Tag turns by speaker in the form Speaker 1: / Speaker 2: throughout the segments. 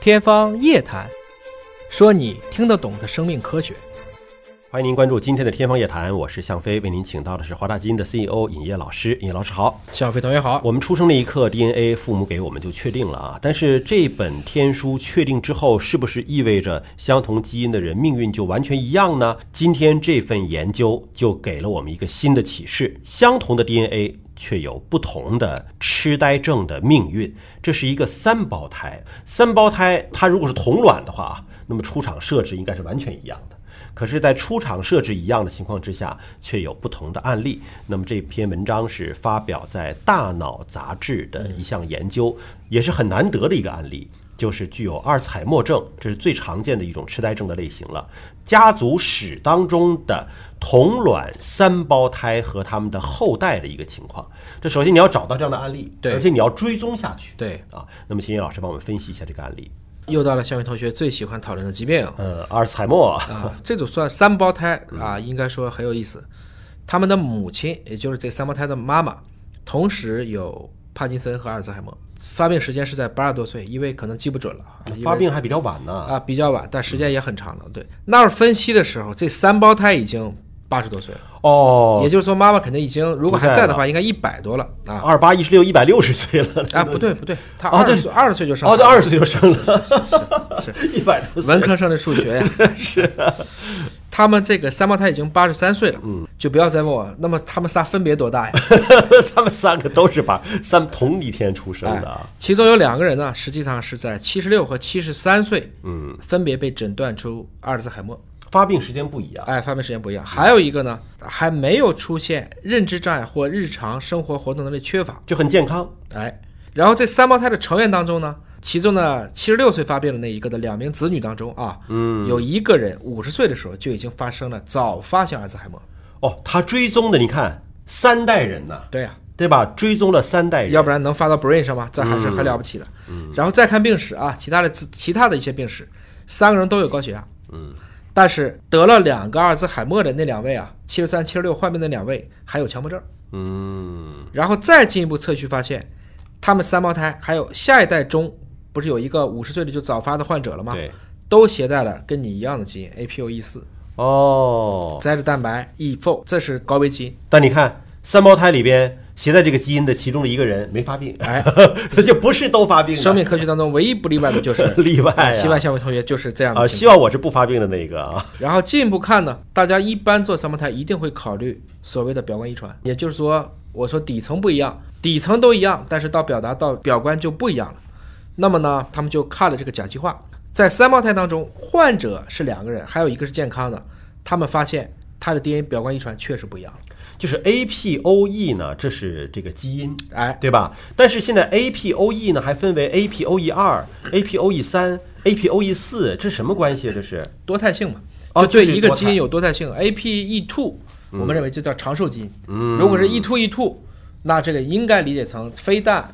Speaker 1: 天方夜谭，说你听得懂的生命科学。
Speaker 2: 欢迎您关注今天的《天方夜谭》，我是向飞，为您请到的是华大基因的 CEO 尹烨老师。尹烨老师好，
Speaker 1: 小飞同学好，
Speaker 2: 我们出生那一刻，DNA 父母给我们就确定了啊。但是这本天书确定之后，是不是意味着相同基因的人命运就完全一样呢？今天这份研究就给了我们一个新的启示：相同的 DNA 却有不同的痴呆症的命运。这是一个三胞胎，三胞胎它如果是同卵的话啊，那么出厂设置应该是完全一样的。可是，在出厂设置一样的情况之下，却有不同的案例。那么这篇文章是发表在《大脑》杂志的一项研究，也是很难得的一个案例，就是具有阿尔采默症，这是最常见的一种痴呆症的类型了。家族史当中的同卵三胞胎和他们的后代的一个情况。这首先你要找到这样的案例，
Speaker 1: 对
Speaker 2: 而且你要追踪下去，
Speaker 1: 对
Speaker 2: 啊。那么，秦岩老师帮我们分析一下这个案例。
Speaker 1: 又到了小飞同学最喜欢讨论的疾病啊
Speaker 2: 呃，阿尔采默，
Speaker 1: 啊，这种算三胞胎啊，应该说很有意思。他们的母亲，也就是这三胞胎的妈妈，同时有帕金森和阿尔兹海默，发病时间是在八十多岁，因为可能记不准了啊，因为
Speaker 2: 发病还比较晚呢。
Speaker 1: 啊比较晚，但时间也很长了。对，那会儿分析的时候，这三胞胎已经八十多岁了，
Speaker 2: 哦，
Speaker 1: 也就是说妈妈肯定已经如果还
Speaker 2: 不在
Speaker 1: 在的
Speaker 2: 了
Speaker 1: 话，应该一百多了啊。
Speaker 2: 二八、一十六、一百六十岁了。
Speaker 1: 啊，不对不对，他
Speaker 2: 啊
Speaker 1: 二
Speaker 2: 对
Speaker 1: 十岁二十岁就上
Speaker 2: 哦，
Speaker 1: 班
Speaker 2: 对，
Speaker 1: 了
Speaker 2: 二十岁就生了，
Speaker 1: 是
Speaker 2: 一百多岁。
Speaker 1: 文科生的数学呀， 是。
Speaker 2: 啊
Speaker 1: 他们这个三胞胎已经八十三岁了，嗯，就不要再问我，那么他们仨分别多大呀？
Speaker 2: 他们三个都是把三同一天出生的啊。
Speaker 1: 其中有两个人呢，实际上是在七十六和七十三岁，
Speaker 2: 嗯，
Speaker 1: 分别被诊断出阿尔兹海默，
Speaker 2: 发病时间不一样。
Speaker 1: 哎，发病时间不一样。还有一个呢，还没有出现认知障碍或日常生活活动能力缺乏，
Speaker 2: 就很健康，
Speaker 1: 哎，然后这三胞胎的成员当中呢，其中呢七十六岁发病的那一个的两名子女当中啊，嗯，有一个人五十岁的时候就已经发生了早发性阿尔兹海默，
Speaker 2: 哦，他追踪的，你看三代人呢，
Speaker 1: 对呀、
Speaker 2: 对吧？追踪了三代人，
Speaker 1: 要不然能发到 brain 上吗？这
Speaker 2: 嗯
Speaker 1: 还是很了不起的。然后再看病史啊，其他的自其他的一些病史，三个人都有高血压，
Speaker 2: 嗯，
Speaker 1: 但是得了两个阿尔兹海默的那两位啊，七十三、七十六患病的两位还有强迫症。
Speaker 2: 嗯，
Speaker 1: 然后再进一步测序发现，他们三胞胎还有下一代中，不是有一个五十岁的就早发的患者了吗？
Speaker 2: 对，
Speaker 1: 都携带了跟你一样的基因 APOE4
Speaker 2: 哦，
Speaker 1: E 载着蛋白 E4，这是高危基因。
Speaker 2: 但你看三胞胎里边携带这个基因的其中的一个人没发病，
Speaker 1: 哎，
Speaker 2: 这 就不是都发病的，
Speaker 1: 生命科学当中唯一不例外的就是
Speaker 2: 例外
Speaker 1: 哎
Speaker 2: 啊
Speaker 1: 希望下位同学就是这样
Speaker 2: 啊，
Speaker 1: 的情
Speaker 2: 希望我是不发病的那一个啊。
Speaker 1: 况。然后进一步看呢，大家一般做三胞胎一定会考虑所谓的表观遗传，也就是说，我说底层不一样，底层都一样，但是到表达到表观就不一样了。那么呢，他们就看了这个甲基化，在三胞胎当中，患者是两个人，还有一个是健康的，他们发现他的 DNA 表观遗传确实不一样了。
Speaker 2: 就是 APOE E 呢，这是这个基因，
Speaker 1: 哎，
Speaker 2: 对吧？但是现在 APOE E 呢，还分为 APOE E 二、APOE E 三、APOE E 四，这什么关系啊？这是
Speaker 1: 多态性嘛，
Speaker 2: 哦
Speaker 1: 就对
Speaker 2: 这是
Speaker 1: 一个
Speaker 2: 多态嗯
Speaker 1: 基因有多态性。APE2，我们认为这叫长寿基因。如果是 E2 E2，那这个应该理解成非但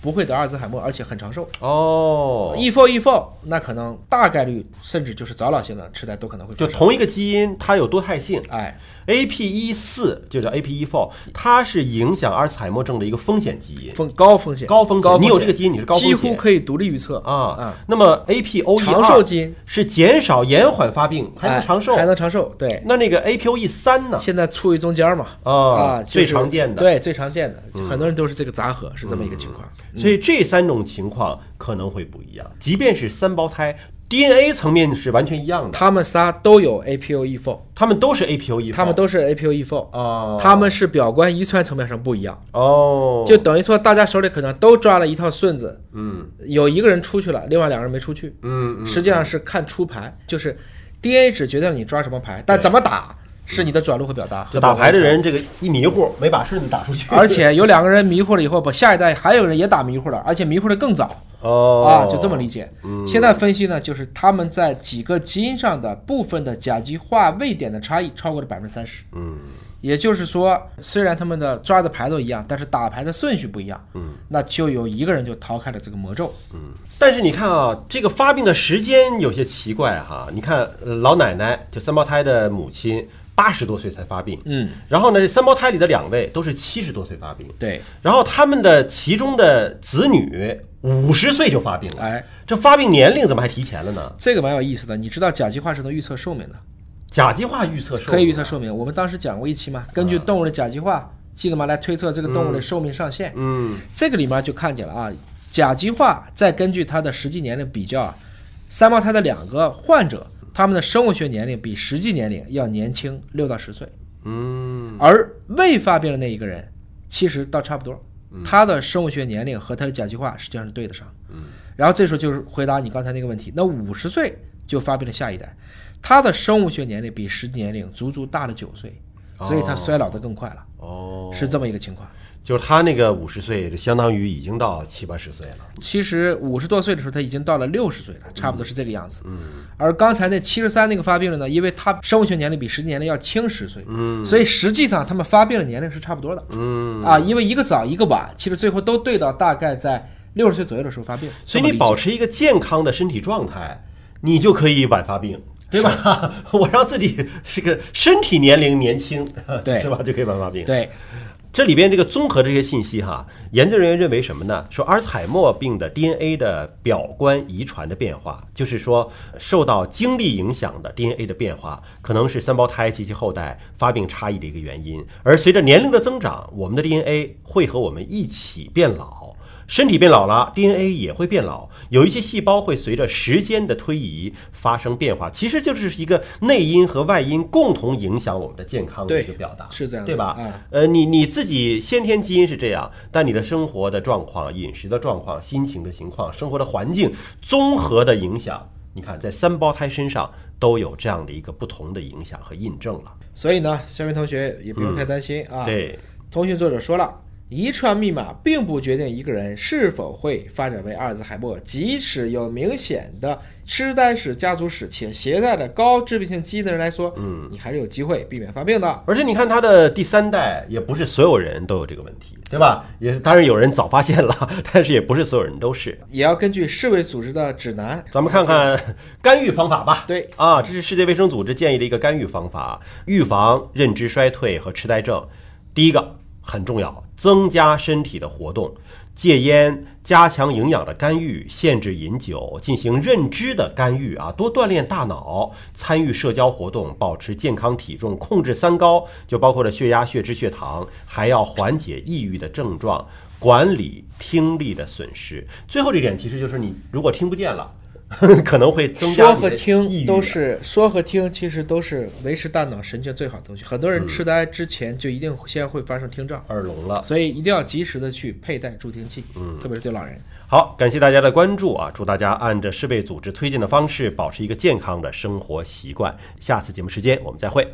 Speaker 1: 不会得阿尔兹海默，而且很长寿。
Speaker 2: 哦，
Speaker 1: E4 E4，那可能大概率甚至就是早老性的痴呆都可能会
Speaker 2: 就
Speaker 1: 发生。
Speaker 2: 同一个基因它有多态性。
Speaker 1: 哎，
Speaker 2: APE 四就叫 APE four，它是影响阿尔茨海默症的一个风险基因
Speaker 1: 风高风险，
Speaker 2: 高风险
Speaker 1: 高
Speaker 2: 你有这个基因你是高风
Speaker 1: 几
Speaker 2: 险
Speaker 1: 乎可以独立预测
Speaker 2: 啊。那么 APOE
Speaker 1: 嗯长寿基因
Speaker 2: E 二是减少延缓发病，还能长寿
Speaker 1: 哎。还能长寿，对。
Speaker 2: 那那个 APOE E 三呢？
Speaker 1: 现在处于中间嘛，
Speaker 2: 啊
Speaker 1: 啊，就是
Speaker 2: 最常见的嗯
Speaker 1: 对，最常见的，很多人都是这个杂合，是这么一个情况。
Speaker 2: 所以这三种情况可能会不一样。即便是三胞胎，DNA 层面是完全一样的，
Speaker 1: 他们仨都有 APOE4，
Speaker 2: 他们都是 APOE，
Speaker 1: 他们都是 APOE4，、
Speaker 2: 啊，
Speaker 1: E 他们是表观遗传层面上不一样，
Speaker 2: 哦，
Speaker 1: 就等于说大家手里可能都抓了一套顺子，
Speaker 2: 嗯
Speaker 1: 有一个人出去了，另外两个人没出去，
Speaker 2: 嗯嗯，
Speaker 1: 实际上是看出牌，就是 DNA 只决定你抓什么牌，但怎么打是你的转录和表达，
Speaker 2: 就
Speaker 1: 和
Speaker 2: 打
Speaker 1: 表达
Speaker 2: 牌的。人这个一迷糊，没把顺子打出去，
Speaker 1: 而且有两个人迷糊了以后，把下一代还有人也打迷糊了，而且迷糊的更早、
Speaker 2: 哦
Speaker 1: 啊，
Speaker 2: 嗯
Speaker 1: 就这么理解。现在分析呢，就是他们在几个基因上的部分的甲基化位点的差异超过了百分之三十。
Speaker 2: 嗯，
Speaker 1: 也就是说，虽然他们的抓的牌都一样，但是打牌的顺序不一样，嗯，那就有一个人就逃开了这个魔咒，
Speaker 2: 但是你看啊，这个发病的时间有些奇怪哈、你看，呃老奶奶就三胞胎的母亲八十多岁才发病，
Speaker 1: 嗯，
Speaker 2: 然后呢，这三胞胎里的两位都是七十多岁发病，
Speaker 1: 对，
Speaker 2: 然后他们的其中的子女五十岁就发病了，
Speaker 1: 哎，
Speaker 2: 这发病年龄怎么还提前了呢？
Speaker 1: 这个蛮有意思的。你知道甲基化是能预测寿命的，
Speaker 2: 甲基化预测啊寿命
Speaker 1: 可以预测寿命。我们当时讲过一期嘛，根据动物的甲基化，记得吗？来推测这个动物的寿命上限。
Speaker 2: 嗯，
Speaker 1: 这个里面就看见了啊，甲基化再根据它的实际年龄比较啊，三胞胎的两个患者，他们的生物学年龄比实际年龄要年轻六到十岁，
Speaker 2: 嗯
Speaker 1: 而未发病的那一个人，其实倒差不多，他的生物学年龄和他的甲基化实际上是对得上。
Speaker 2: 嗯，
Speaker 1: 然后这时候就是回答你刚才那个问题，那五十岁就发病了下一代，他的生物学年龄比实际年龄足足大了九岁，所以他衰老的更快了，
Speaker 2: 哦，
Speaker 1: 是这么一个情况。
Speaker 2: 就是他那个五十岁，相当于已经到七八十岁了。
Speaker 1: 其实五十多岁的时候，他已经到了六十岁了，差不多是这个样子。嗯，而刚才那七十三那个发病的呢，因为他生物学年龄比实际年龄要轻十岁，嗯，所以实际上他们发病的年龄是差不多的。嗯，啊，因为一个早一个晚，其实最后都对到大概在六十岁左右的时候发病。
Speaker 2: 所以
Speaker 1: 这么
Speaker 2: 你
Speaker 1: 理解
Speaker 2: 保持一个健康的身体状态，你就可以晚发病，对吧？ 我让自己是个身体年龄年轻，
Speaker 1: 对
Speaker 2: 是吧？就可以晚发病。
Speaker 1: 对，
Speaker 2: 这里边这个综合这些信息哈，研究人员认为什么呢？说阿尔茨海默病的 DNA 的表观遗传的变化，就是说受到经历影响的 DNA 的变化，可能是三胞胎及其后代发病差异的一个原因。而随着年龄的增长，我们的 DNA 会和我们一起变老。身体变老了，DNA 也会变老，有一些细胞会随着时间的推移发生变化，其实就是一个内因和外因共同影响我们的健康的一个
Speaker 1: 对
Speaker 2: 表达，
Speaker 1: 是这样子
Speaker 2: 对吧？
Speaker 1: 嗯
Speaker 2: 呃，你你自己先天基因是这样，但你的生活的状况、饮食的状况、心情的情况、生活的环境综合的影响，你看在三胞胎身上都有这样的一个不同的影响和印证了。
Speaker 1: 所以呢，肖云同学也不用太担心、啊。
Speaker 2: 对，
Speaker 1: 通讯作者说了，遗传密码并不决定一个人是否会发展为阿尔兹海默，即使有明显的痴呆史、家族史且携带了高致病性基因的人来说，嗯，你还是有机会避免发病的。
Speaker 2: 而且你看他的第三代，也不是所有人都有这个问题，对吧？也当然有人早发现了， 但是也不是所有人都是。
Speaker 1: 也要根据世卫组织的指南，
Speaker 2: 咱们看看干预方法吧。
Speaker 1: 对
Speaker 2: 啊，这是世界卫生组织建议的一个干预方法，预防认知衰退和痴呆症。第一个很重要，增加身体的活动，戒烟，加强营养的干预，限制饮酒，进行认知的干预啊，多锻炼大脑，参与社交活动，保持健康体重，控制三高，就包括了血压、血脂、血糖，还要缓解抑郁的症状。管理听力的损失，最后这点其实就是你如果听不见了， 可能会增加
Speaker 1: 说
Speaker 2: 你的
Speaker 1: 和
Speaker 2: 抑郁
Speaker 1: 听都
Speaker 2: 啊
Speaker 1: 是说和听，其实都是维持大脑神经最好的东西。很多人痴呆之前就一定先会发生听障，
Speaker 2: 耳聋了。
Speaker 1: 所以一定要及时的去佩戴助听器，嗯，特别是对老人。
Speaker 2: 好，感谢大家的关注啊！祝大家按着世卫组织推荐的方式，保持一个健康的生活习惯。下次节目时间我们再会。